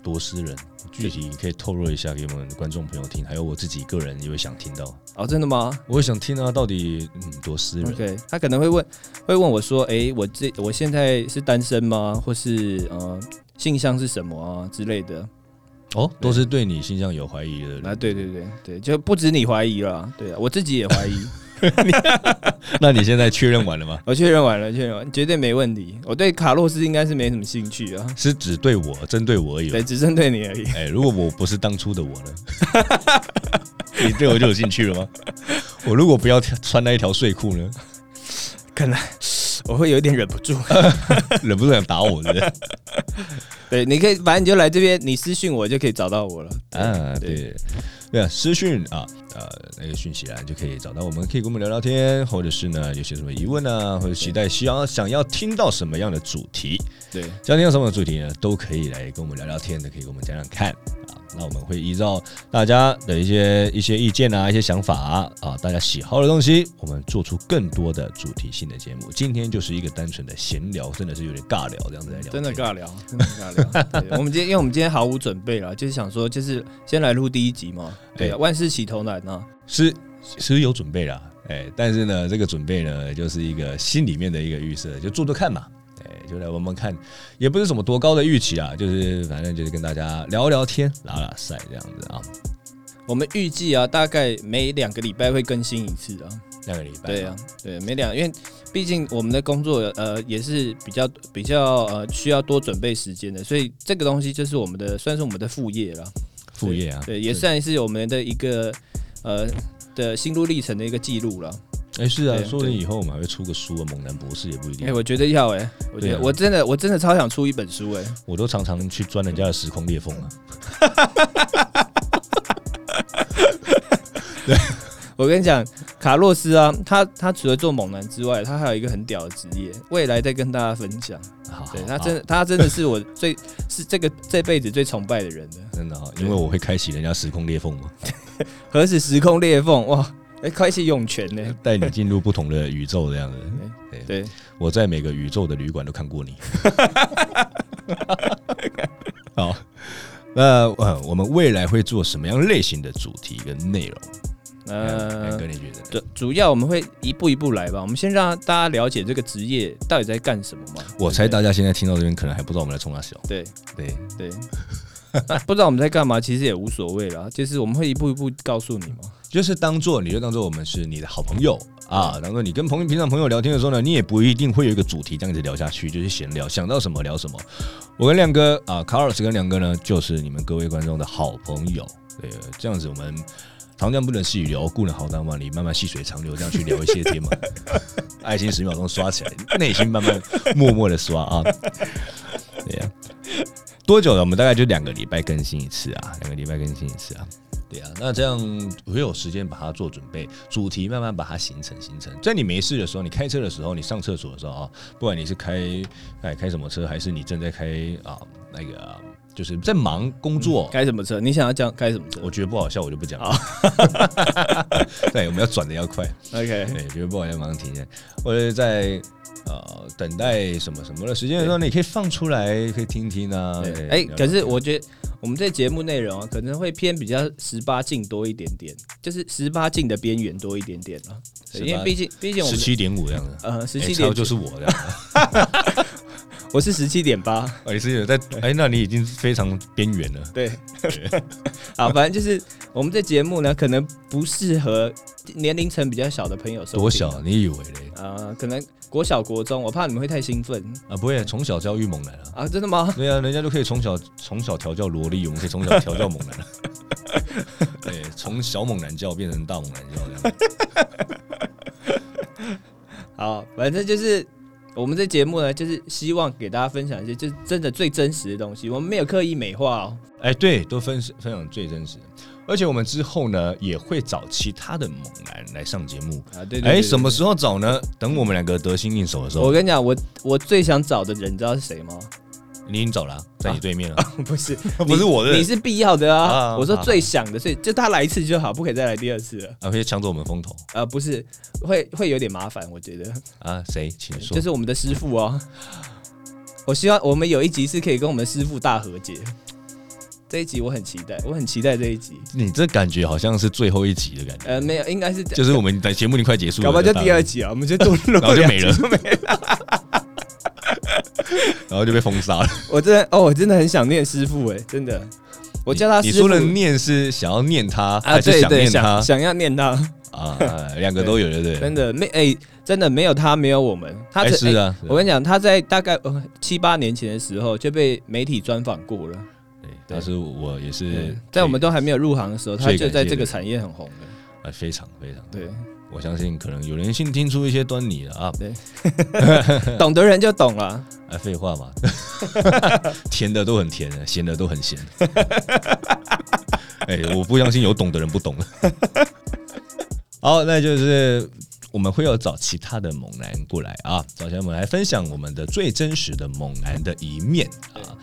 Speaker 1: 多私人，具体可以透露一下给我们观众朋友听，还有我自己个人也会想听到，
Speaker 2: 哦，真的吗
Speaker 1: 我也想听啊，到底嗯多私人？
Speaker 2: ？OK，他可能会问，会问我说，诶，我这我现在是单身吗？或是呃，性向是什么啊之类的？
Speaker 1: 哦，都是对你形象有怀疑的人，
Speaker 2: 啊，对对对对，就不止你怀疑了，对啊，我自己
Speaker 1: [laughs]
Speaker 2: 也怀疑，
Speaker 1: [laughs] 那你现在确认完了吗？ [laughs]
Speaker 2: 我确认完了，确认完，绝对没问题。我对卡洛斯应该是没什么兴趣啊，
Speaker 1: 是只对我，针对我而已吗。
Speaker 2: 对，只针对你而已。
Speaker 1: 哎、如果我不是当初的我呢？ [laughs] 你对我就有兴趣了吗？ [laughs] 我如果不要跳穿那一条睡裤呢？ [laughs]
Speaker 2: 可能 [laughs] 我会有点忍不住。
Speaker 1: 忍不住想打我，是不是？
Speaker 2: [laughs] 对，你可以，反正你就来这边，你私信我就可以找到我了。
Speaker 1: 啊，对，对啊，私讯啊，呃，那个讯息栏就可以找到我们，可以跟我们聊聊天，或者是呢有些什么疑问啊，或者期待需要想要听到什么样的主题，
Speaker 2: 对
Speaker 1: 想要听到什么主题呢，都可以来跟我们聊聊天的，可以跟我们讲讲看啊。那我们会依照大家的一些一些意见啊，一些想法啊啊，大家喜好的东西，我们做出更多的主题性的节目。今天就是一个单纯的闲聊，真的是有点尬聊这样子来聊天，
Speaker 2: 真的尬 [laughs] 聊，真的尬聊。对我们今天，因为我们今天毫无准备了，就是想说，就是先来录第一集嘛。对
Speaker 1: 哎
Speaker 2: 啊，万事起头难啊。
Speaker 1: 是是有准备啦，哎、但是呢，这个准备呢，就是一个心里面的一个预设，就做做看嘛，哎、就来玩玩看，也不是什么多高的预期啊，就是反正就是跟大家聊聊天、拉拉赛这样子啊，
Speaker 2: 我们预计啊，大概每两个礼拜会更新一次啊。
Speaker 1: 两个礼拜，
Speaker 2: 对啊，，对，每两，因为毕竟我们的工作呃也是比较比较呃需要多准备时间的，所以这个东西就是我们的算是我们的副业了。
Speaker 1: 副业啊，
Speaker 2: 对，也算是我们的一个呃的心路历程的一个记录了。
Speaker 1: 哎、是啊，
Speaker 2: 对
Speaker 1: 说不定以后我们还会出个书啊，猛男博士也不一
Speaker 2: 哎、
Speaker 1: 定，
Speaker 2: 我觉得要哎、我觉
Speaker 1: 对
Speaker 2: 得、
Speaker 1: 啊
Speaker 2: 我真的我真的超想出一本书哎、
Speaker 1: 我都常常去钻人家的时空裂缝啊，
Speaker 2: 我跟你讲，卡洛斯啊，他他除了做猛男之外，他还有一个很屌的职业，未来再跟大家分享。
Speaker 1: 啊好好
Speaker 2: 对
Speaker 1: 好
Speaker 2: 他真的他真的是我最是这个这辈子最崇拜的人的。
Speaker 1: 真的啊，因为我会开启人家时空裂缝嘛，
Speaker 2: 何止时空裂缝哇，哎、快是涌泉呢、
Speaker 1: [laughs]
Speaker 2: 哎
Speaker 1: 带你进入不同的宇宙这样子。
Speaker 2: 对，
Speaker 1: 我在每个宇宙的旅馆都看过 [laughs] 你。好，那呃，我们未来会做什么样类型的主题跟内容？
Speaker 2: 呃
Speaker 1: 呃，，哥，你觉得呢？
Speaker 2: 主主要我们会一步一步来吧，我们先让大家了解这个职业到底在干什么嘛。
Speaker 1: 我猜
Speaker 2: 对
Speaker 1: 大家现在听到这边可能还不知道我们在冲哪小。
Speaker 2: 不对对。
Speaker 1: 对，
Speaker 2: 对， [laughs] 那不知道我们在干嘛，其实也无所谓啦，就是我们会一步一步告诉你嘛。
Speaker 1: 就是当做你就当做我们是你的好朋友啊，当做你跟朋友平常朋友聊天的时候呢，你也不一定会有一个主题这样子聊下去，就是闲聊，想到什么聊什么。我跟亮哥啊，卡尔斯跟亮哥呢，就是你们各位观众的好朋友。对，这样子我们长江不能细雨流，故人好当万里，漫漫细水长流，这样去聊一些天嘛。 [laughs] 爱心十秒钟刷起来，内心慢慢默默的刷啊。对呀、多久了？我们大概就两个礼拜更新一次啊，两个礼拜更新一次啊。对啊，那这样我有时间把它做准备，主题慢慢把它形成形成。在你没事的时候，你开车的时候，你上厕所的时候啊，不管你是开哎开什么车，还是你正在开啊那个就是在忙工作。
Speaker 2: 该怎么测？你想要讲该怎么测
Speaker 1: 哦我觉得不好笑，我就不讲
Speaker 2: 好。
Speaker 1: [laughs] 对，我们要转的要快。
Speaker 2: ？OK，
Speaker 1: 对，觉得不好笑，马上停下来。或者在呃等待什么什么的时间的时候，你可以放出来，可以听听啊。
Speaker 2: 对
Speaker 1: 对
Speaker 2: 哎、
Speaker 1: 聊聊
Speaker 2: 可是我觉得我们这节目内容啊，可能会偏比较十八禁多一点点，就是十八禁的边缘多一点点啊。对因为
Speaker 1: 18
Speaker 2: 毕竟毕竟我
Speaker 1: 十
Speaker 2: 们
Speaker 1: 七点五这样子，
Speaker 2: 呃十
Speaker 1: 哎
Speaker 2: 七
Speaker 1: 差不多，
Speaker 2: 点
Speaker 1: 就是我
Speaker 2: [laughs]
Speaker 1: 这样。
Speaker 2: 我是十七点八，
Speaker 1: 哎，是有在哎，那你已经非常边缘了。 [laughs]
Speaker 2: 对，啊，反正就是我们这节目呢，可能不适合年龄层比较小的朋友收听。啊
Speaker 1: 多小？啊你以为嘞？
Speaker 2: 呃，可能国小、国中，我怕你们会太兴奋
Speaker 1: 啊，不会，从小教育猛男啊。
Speaker 2: 啊！真的吗？
Speaker 1: 对啊，人家就可以从小从小调教萝莉，我们可以从小调教猛男了。 [laughs] 对，从小猛男教变成大猛男教这样。
Speaker 2: [laughs] 好，反正就是我们这节目呢，就是希望给大家分享一些就是真的最真实的东西，我们没有刻意美化哦。
Speaker 1: 哎，对，都分分享最真实的。而且我们之后呢，也会找其他的猛男来上节目。
Speaker 2: 啊，对对
Speaker 1: 哎，什么？时候找呢？等我们两个得心应手的时
Speaker 2: 对对我
Speaker 1: 候，
Speaker 2: 跟你讲，我我最想找的人，你知道是谁吗？
Speaker 1: 你已经找了啊，在你对面了，
Speaker 2: 不是，
Speaker 1: [laughs] 不是我的
Speaker 2: [laughs] 你你是必要的啊！
Speaker 1: 啊
Speaker 2: 我说
Speaker 1: 好
Speaker 2: 最想的，所以就他来一次就好，不可以再来第二次了。
Speaker 1: 啊，会抢走我们风头
Speaker 2: 呃，不是，会会有点麻烦，我觉得。
Speaker 1: 啊？谁？请说
Speaker 2: 就。是我们的师傅哦。我希望我们有一集是可以跟我们师傅大和解，这一集我很期待，我很期待这一集。
Speaker 1: 你这感觉好像是最后一集的感觉，
Speaker 2: 呃，没有，应该是
Speaker 1: 就是我们在节目已经快结束了，
Speaker 2: 搞不好就第二
Speaker 1: 集，
Speaker 2: 集啊，我们就多录
Speaker 1: [laughs] 然后就
Speaker 2: 两
Speaker 1: 没了
Speaker 2: 集就没了。
Speaker 1: [laughs] 然后就被封杀了。
Speaker 2: 我真的哦，我真的很想念师傅哎，真的。我叫他
Speaker 1: 你
Speaker 2: 师
Speaker 1: 你
Speaker 2: 傅
Speaker 1: 说的念是想要念他，
Speaker 2: 啊，
Speaker 1: 还是
Speaker 2: 对
Speaker 1: 想
Speaker 2: 对，
Speaker 1: 念他
Speaker 2: 想想要念他，
Speaker 1: 啊？啊两个都有，对不对？
Speaker 2: 真的没哎，真的没有他没有我们，他
Speaker 1: 哎，
Speaker 2: 这
Speaker 1: 是
Speaker 2: 哎
Speaker 1: 啊，
Speaker 2: 我
Speaker 1: 是啊
Speaker 2: 跟你讲，他在大概呃七八年前的时候就被媒体专访过了。
Speaker 1: 对
Speaker 2: 对
Speaker 1: 但是我也是
Speaker 2: 嗯，在我们都还没有入行的时候，他
Speaker 1: 最
Speaker 2: 就
Speaker 1: 感
Speaker 2: 在
Speaker 1: 谢
Speaker 2: 这个
Speaker 1: 的
Speaker 2: 产业很红的。
Speaker 1: 啊，非常非常，
Speaker 2: 对，
Speaker 1: [laughs] 我相信可能有人性听出一些端倪了啊。
Speaker 2: 懂的人就懂
Speaker 1: [laughs]
Speaker 2: 了。
Speaker 1: 啊，废话嘛，甜的都很甜，咸的都很咸。哎，我不相信有懂的人不懂。 [laughs] 好，那就是我们会有找其他的猛男过来啊，找其他猛男来分享我们的最真实的猛男的一面啊。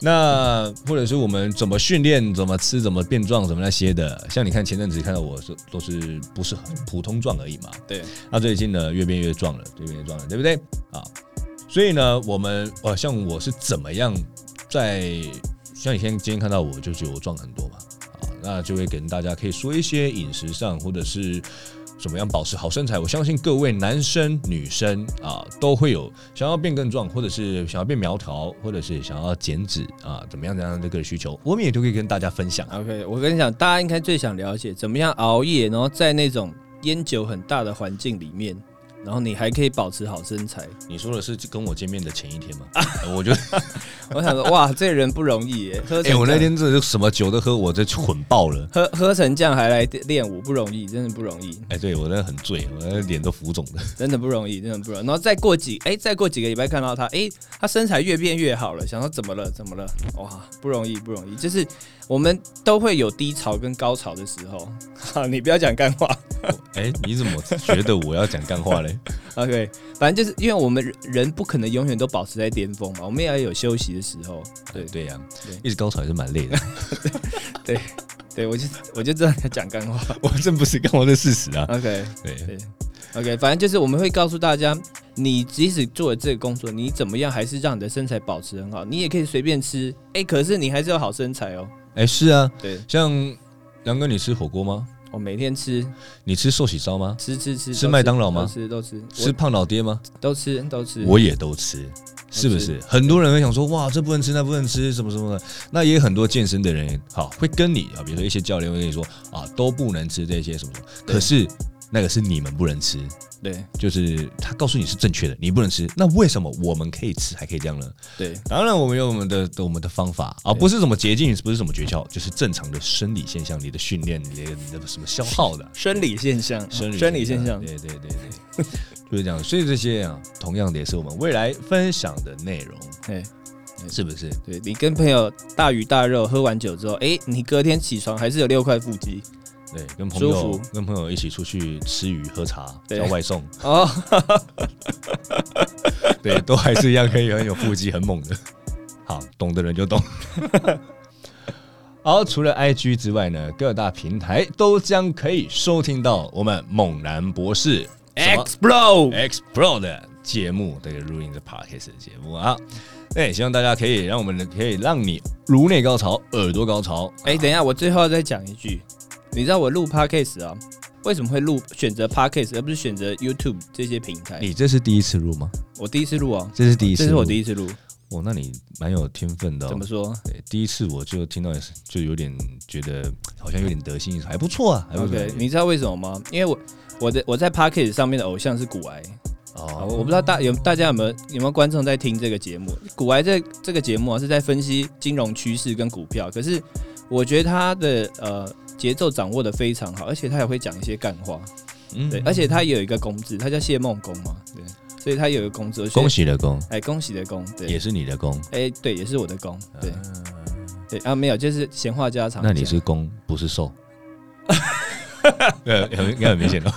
Speaker 1: 那或者是我们怎么训练、怎么吃、怎么变壮、怎么那些的，像你看前阵子看到我说都是不是很普通壮而已嘛，
Speaker 2: 对，
Speaker 1: 那最近呢，越变越壮了，越变越壮了，对不对？啊，所以呢，我们呃，像我是怎么样在，像你现在今天看到我，就觉得我壮很多嘛，啊，那就会跟大家可以说一些饮食上或者是。怎么样保持好身材？我相信各位男生女生啊，都会有想要变更壮，或者是想要变苗条，或者是想要减脂啊，怎么样怎么样的个需求，我们也都可以跟大家分享。啊
Speaker 2: OK，我跟你讲，大家应该最想了解怎么样熬夜，然后在那种烟酒很大的环境里面，然后你还可以保持好身材。
Speaker 1: 你说的是跟我见面的前一天吗？ [laughs] 我觉得
Speaker 2: 我想说，哇，这人不容易耶，喝成
Speaker 1: 哎、
Speaker 2: 这样
Speaker 1: 我那天真的是什么酒都喝，我这混爆了。
Speaker 2: 喝喝成这样还来练舞，不容易，真的不容易，
Speaker 1: 哎、对我那很醉，我那脸都浮肿的。 [laughs]
Speaker 2: 真的不容易，真的不容易。然后再过几哎、再过几个礼拜看到他，哎、他身材越变越好了，想说怎么了，怎么了？哇，不容易，不容易。就是我们都会有低潮跟高潮的时候。好，你不要讲干话。
Speaker 1: 哎、你怎么觉得我要讲干话嘞？
Speaker 2: OK，反正就是因为我们人人不可能永远都保持在巅峰嘛，我们也要有休息的时候。 [laughs] 对
Speaker 1: 对对呀、
Speaker 2: 对
Speaker 1: 一直高潮也是蛮
Speaker 2: [laughs]
Speaker 1: 累的。
Speaker 2: 对，我就我就知道你在讲干话。
Speaker 1: 我这不是干话，这事实
Speaker 2: [laughs]
Speaker 1: 啊。
Speaker 2: OK
Speaker 1: 对，
Speaker 2: 对 OK，反正就是我们会告诉大家，你即使做了这个工作，你怎么样还是让你的身材保持很好，你也可以随便吃，哎、可是你还是有好身材哦。
Speaker 1: 哎、是啊，
Speaker 2: 对，
Speaker 1: 像杨哥，你吃火锅吗？
Speaker 2: 我每天吃
Speaker 1: 你吃寿喜烧吗？
Speaker 2: 吃吃吃，
Speaker 1: 吃
Speaker 2: 都
Speaker 1: 麦当劳吗
Speaker 2: 都吃都吃，
Speaker 1: 吃胖老爹吗？
Speaker 2: 我都吃都吃。
Speaker 1: 我也都吃，是不是？很多人会想说，哇，这不能吃，那不能吃，什么什么的。那也有很多健身的人，好，会跟你啊，比如说一些教练会跟你说啊，都不能吃这些什么什么。
Speaker 2: 对
Speaker 1: 可是那个是你们不能吃，
Speaker 2: 对
Speaker 1: 就是他告诉你是正确的，你不能吃。那为什么我们可以吃，还可以这样呢？
Speaker 2: 对
Speaker 1: 当然，我们有我们的我们的方法啊，
Speaker 2: 对
Speaker 1: 不是什么捷径，不是什么诀窍，就是正常的生理现象，你的训练，你的你的什么消耗的。
Speaker 2: 生理现象，
Speaker 1: 生理
Speaker 2: 啊现象，
Speaker 1: 对对对对，就是这样。所以这些啊，同样的也是我们未来分享的内容，
Speaker 2: 对。
Speaker 1: 是不是？
Speaker 2: 对你跟朋友大鱼大肉，喝完酒之后，哎、你隔天起床还是有六块腹肌
Speaker 1: 对，跟朋友
Speaker 2: 舒服
Speaker 1: 跟朋友一起出去吃鱼喝茶，
Speaker 2: 对
Speaker 1: 叫外送，
Speaker 2: 哦。
Speaker 1: 对，都还是一样可以很有腹肌，很猛的。好，懂的人就懂。 [laughs] 好，除了 IG 之外呢，各大平台都将可以收听到我们猛然博士什么
Speaker 2: Explode，
Speaker 1: X Pro 的节目，这个录音的 Podcast 的节目啊。哎，希望大家可以让我们可以让你颅内高潮、耳朵高潮。
Speaker 2: 哎、等一下，我最后再讲一句，你知道我录 podcast 啊，为什么会录选择 podcast 而不是选择 YouTube 这些平台？
Speaker 1: 哎你这是第一次录吗？
Speaker 2: 我第一次录啊，
Speaker 1: 这是第一次
Speaker 2: 这
Speaker 1: 录，
Speaker 2: 是我第一次录，
Speaker 1: 哦，那你蛮有天分的、哦。
Speaker 2: 怎么说
Speaker 1: 对，第一次我就听到，就有点觉得好像有点得心应手，还不错啊，还不错。
Speaker 2: ？OK，你知道为什么吗？因为我我的我在 podcast 上面的偶像是古埃。好，
Speaker 1: 哦，
Speaker 2: 我不知道大有大家有没有有没有观众在听这个节目？股癌这这个节目啊，是在分析金融趋势跟股票，可是我觉得他的呃节奏掌握的非常好，而且他也会讲一些干话，
Speaker 1: 嗯
Speaker 2: 对，而且他也有一个公字，他叫谢梦工嘛，对，所以他有一个公字，我觉得
Speaker 1: 恭，喜了公，
Speaker 2: 哎，恭喜的恭，
Speaker 1: 也
Speaker 2: 对，
Speaker 1: 是你的公，
Speaker 2: 哎，对，也是我的公，对，对啊，没有，就是闲话家常
Speaker 1: 那
Speaker 2: 讲，
Speaker 1: 你是公不是
Speaker 2: [laughs]
Speaker 1: 受？对，很应该很明显的。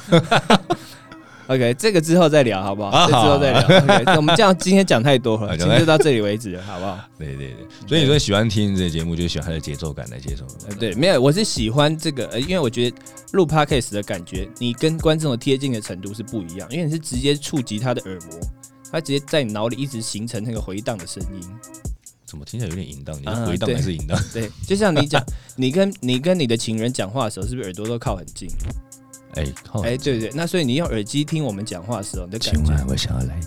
Speaker 2: OK，这个之后再聊好不好？
Speaker 1: 啊
Speaker 2: 这之后再聊，OK，我们这样今天讲太多
Speaker 1: 啊
Speaker 2: 了，今
Speaker 1: 讲太
Speaker 2: 天就到这里为止了，好不好？
Speaker 1: 对对对，所以你说喜欢听这个节目，就是喜欢它的节奏感来接受。
Speaker 2: 呃，对，没有，我是喜欢这个，呃，因为我觉得录 podcast 的感觉，你跟观众的贴近的程度是不一样，因为你是直接触及他的耳膜，他直接在你脑里一直形成那个回荡的声音。
Speaker 1: 怎么听起来有点淫荡？你
Speaker 2: 啊
Speaker 1: 是回荡
Speaker 2: 对
Speaker 1: 还是淫荡？
Speaker 2: 对，就像你讲，你跟你跟你的情人讲话的时候，是不是耳朵都靠很近？
Speaker 1: 哎，靠
Speaker 2: [laughs] 哎、对对，那所以你用耳机听我们讲话的时候，你的感
Speaker 1: 今晚
Speaker 2: 觉，
Speaker 1: 我想要来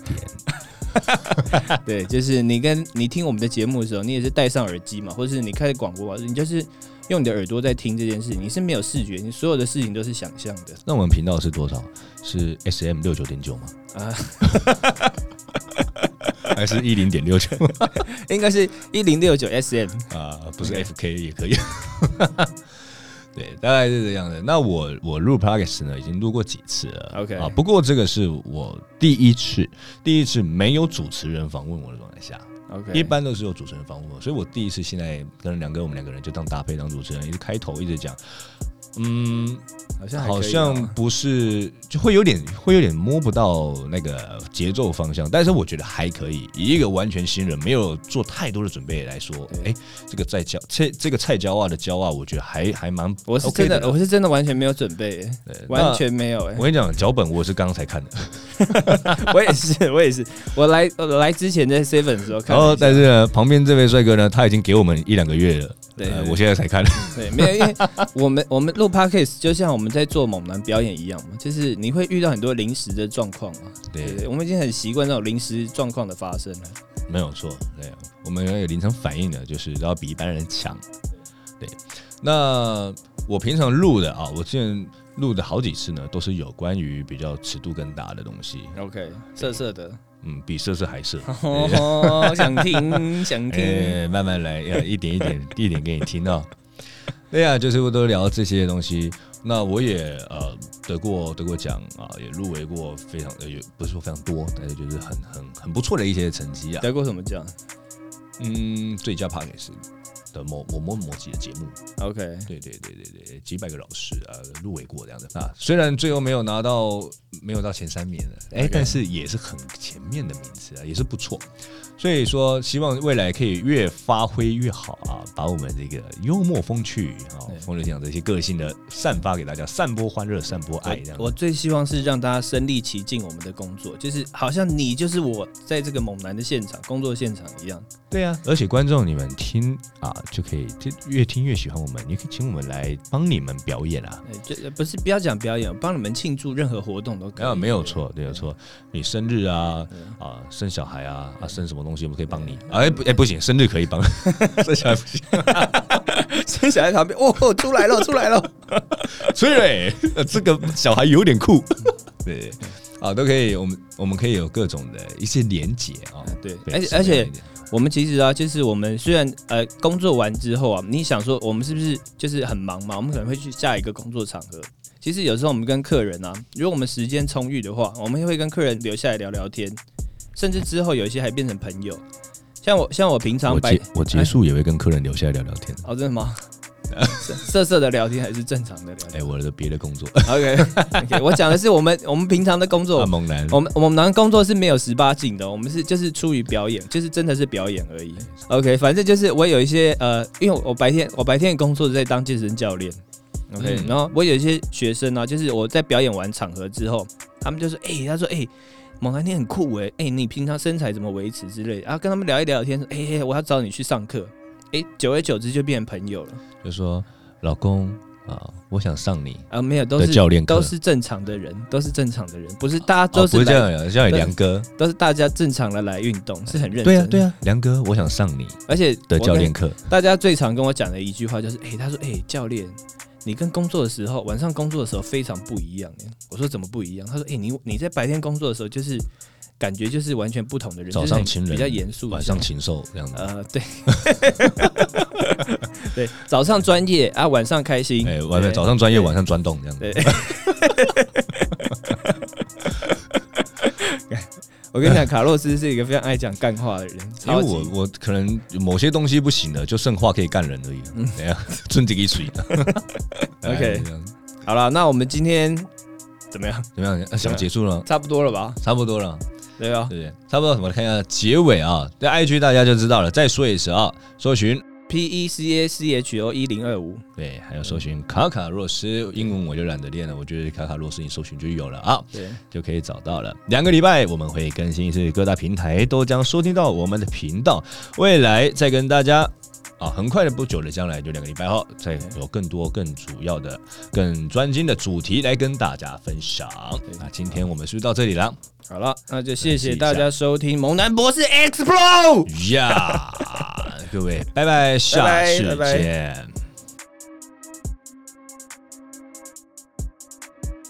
Speaker 1: 点。
Speaker 2: 对，就是你跟你听我们的节目的时候，你也是戴上耳机嘛，或者是你开着广播嘛，你就是用你的耳朵在听这件事情，你是没有视觉，你所有的事情都是想象的。
Speaker 1: 那我们频道是多少？是 S M 六九点九吗？
Speaker 2: 啊
Speaker 1: 啊， [laughs] 还是一零点六九
Speaker 2: 应该是一零六九 SM，
Speaker 1: 啊？不是 F K 也可以。 [laughs] 对，大概是这样的。那我我录 p o d c a s 呢，已经录过几次了。
Speaker 2: OK
Speaker 1: 啊，不过这个是我第一次，第一次没有主持人访问我的状态下，
Speaker 2: OK，
Speaker 1: 一般都是有主持人访问我，所以我第一次现在跟两个我们两个人就当搭配当主持人，一直开头一直讲，嗯，
Speaker 2: 好像还可以啊
Speaker 1: 好像不是，就会有点会有点摸不到那个节奏方向，但是我觉得还可以。以一个完全新人，没有做太多的准备来说，
Speaker 2: 对
Speaker 1: 哎、这个在教这这个菜椒啊的椒啊，我觉得还还蛮
Speaker 2: 我是
Speaker 1: OK
Speaker 2: 哦真的
Speaker 1: 的。
Speaker 2: 我是真的完全没有准备耶，
Speaker 1: 对
Speaker 2: 完。全没有
Speaker 1: 那
Speaker 2: 哎
Speaker 1: 我，跟你讲，脚本我是刚刚才看的，
Speaker 2: 我也是，我也是，我来我来之前在 Seven 的时候哦看
Speaker 1: 然
Speaker 2: 了
Speaker 1: 后
Speaker 2: 一下，
Speaker 1: 但是呢，旁边这位帅哥呢，他已经给我们一两个月了，
Speaker 2: 对
Speaker 1: 呃
Speaker 2: 对
Speaker 1: 我现在才看。
Speaker 2: 对，没有，因为我们我们录 Podcast 就像我们在做猛男表演一样嘛，就是你会遇到很多临时的状况嘛，对，
Speaker 1: 对，
Speaker 2: 对我们已经很习惯这种临时状况的发生了，
Speaker 1: 没有错，对，我们有临场反应的，就是要比一般人强。对，那我平常录的啊，我之前录的好几次呢，都是有关于比较尺度更大的东西，
Speaker 2: OK，色色的，
Speaker 1: 嗯，比色色还色。
Speaker 2: 哦，想听想
Speaker 1: 哎、
Speaker 2: 听，
Speaker 1: 慢慢来，要一点一点 [laughs] 一点给你听到。对啊，就是我都聊这些东西。那我也呃得过得过奖啊，也入围过非常呃也不是说非常多，但是就是很很很不错的一些成绩啊。
Speaker 2: 得过什么奖
Speaker 1: 嗯，最佳 p a c k a g e 的某某某某集的节目，
Speaker 2: ？OK，
Speaker 1: 对对对对对，几百个老师啊入围过这样的啊，虽然最后没有拿到没有到前三名的，哎、
Speaker 2: OK
Speaker 1: 但是也是很前面的名次啊，也是不错。所以说，希望未来可以越发挥越好啊，把我们这个幽默风趣啊
Speaker 2: 对、
Speaker 1: 风流讲这些个性的散发给大家，散播欢乐，散播爱这样
Speaker 2: 我。我
Speaker 1: 子。
Speaker 2: 最希望是让大家身临其境我们的工作，就是好像你就是我在这个猛男的现场工作现场一样。
Speaker 1: 对啊，而且观众你们听啊，就可以就越听越喜欢我们，你可以请我们来帮你们表演啊。
Speaker 2: 哎，这不是不要讲表演，我帮你们庆祝任何活动都可
Speaker 1: 没
Speaker 2: 以。
Speaker 1: 啊有没有错，没有错。你生日啊
Speaker 2: 对
Speaker 1: 啊，生小孩啊啊，生什么东西我们可以帮你。哎不哎不行，生日可以帮， [laughs] 生小孩不行。
Speaker 2: 对， [laughs] 生小孩旁边，哦，出来了，出来了。
Speaker 1: 崔蕊，呃这个小孩有点酷。
Speaker 2: 嗯
Speaker 1: [laughs] 对啊，都可以，我们我们可以有各种的一些连结啊。
Speaker 2: 对，
Speaker 1: 对
Speaker 2: 而且而且，我们其实啊，就是我们虽然呃工作完之后啊，你想说我们是不是就是很忙嘛？我们可能会去下一个工作场合。其实有时候我们跟客人啊，如果我们时间充裕的话，我们也会跟客人留下来聊聊天，甚至之后有一些还变成朋友。像我像我平常
Speaker 1: 我
Speaker 2: 白哎
Speaker 1: 结我结束也会跟客人留下来聊聊天。 [laughs]
Speaker 2: 哦，真的吗？色色的聊天还是正常的聊
Speaker 1: 哎、
Speaker 2: 天
Speaker 1: 我的别的工作，
Speaker 2: ？OK OK，我讲的是我们我们平常的工
Speaker 1: [laughs]
Speaker 2: 作
Speaker 1: 啊，，猛男，
Speaker 2: 我们我们男工作是没有十八禁的，哦我们是就是出于表演，就是真的是表演而已。OK，反正就是我有一些呃，因为我白天我白天的工作是在当健身教练，OK，、
Speaker 1: 嗯
Speaker 2: 然后我有一些学生呢、啊，就是我在表演完场合之后，他们就说，哎、他说，哎、猛男你很酷哎、哎、你平常身材怎么维持之类的，然后跟他们聊一聊天，说，哎、哎我要找你去上课，哎、久而久之就变成朋友了
Speaker 1: 就说老公啊，我想上你，
Speaker 2: 啊，没有都
Speaker 1: 的
Speaker 2: 是
Speaker 1: 教练课
Speaker 2: 都是正常的人，都是正常的人，不是大家都
Speaker 1: 哦
Speaker 2: 是
Speaker 1: 不是
Speaker 2: 来
Speaker 1: 这样，叫你梁哥，
Speaker 2: 都是大家正常的来运动，是很认真。
Speaker 1: 对啊对啊，梁哥，我想上你
Speaker 2: 而且
Speaker 1: 的
Speaker 2: 我
Speaker 1: 教练
Speaker 2: 跟，
Speaker 1: 课，
Speaker 2: 大家最常跟我讲的一句话就是：诶，他说，诶，教练，你跟工作的时候，晚上工作的时候非常不一样。诶我说怎么不一样？他说，诶，你你在白天工作的时候，就是感觉就是完全不同的人，
Speaker 1: 早上
Speaker 2: 就是很
Speaker 1: 情人
Speaker 2: 比较严肃，
Speaker 1: 晚上禽兽这样子。
Speaker 2: 呃，对， [laughs] 对，早上专业啊，晚上开心，
Speaker 1: 哎，晚上
Speaker 2: 对
Speaker 1: 早上专业，
Speaker 2: 对
Speaker 1: 晚上钻洞这样子。
Speaker 2: 我跟你讲， [laughs] 卡洛斯是一个非常爱讲干话的人，
Speaker 1: 因
Speaker 2: 超
Speaker 1: 为
Speaker 2: 级
Speaker 1: 我我可能某些东西不行了，就剩话可以干人而已。 [laughs] 哎怎样？尊这个水。
Speaker 2: 嗯 [laughs] OK
Speaker 1: 哎这样
Speaker 2: 好了。那我们今天怎么样？
Speaker 1: 怎么样？啊想结束了吗，
Speaker 2: 差不多了吧？
Speaker 1: 差不多了，
Speaker 2: 对啊
Speaker 1: 对不对？差不多，我们看一下结尾啊。在 IG 大家就知道了，再说一次啊，搜寻
Speaker 2: ，P E C A C H O 一零二五。
Speaker 1: 对，还有搜寻卡卡洛斯，英文我就懒得练了，我觉得卡卡洛斯你搜寻就有了啊，
Speaker 2: 对，
Speaker 1: 就可以找到了。两个礼拜我们会更新一次，各大平台都将收听到我们的频道。未来再跟大家啊，很快的不久的将来，就两个礼拜后，再有更多更主要的、更专精的主题来跟大家分享
Speaker 2: 对。
Speaker 1: 那今天我们是不是到这里了？
Speaker 2: 好了，那就谢谢大家收听《猛男博士 X Pro》。
Speaker 1: [laughs] 呀、各位，拜拜，下
Speaker 2: 拜
Speaker 1: 次
Speaker 2: 拜拜拜
Speaker 1: 见。